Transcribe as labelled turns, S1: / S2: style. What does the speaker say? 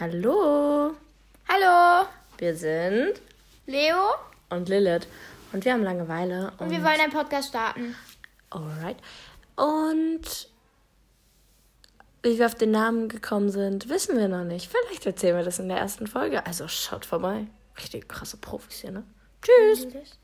S1: Hallo,
S2: Hallo,
S1: wir sind
S2: Leo
S1: und Lilith und wir haben Langeweile und,
S2: und wir wollen einen Podcast starten.
S1: alright. Und wie wir auf den Namen gekommen sind, wissen wir noch nicht. Vielleicht erzählen wir das in der ersten Folge. Also schaut vorbei. Richtig krasse Profis hier, ne? Tschüss.
S2: Tschüss.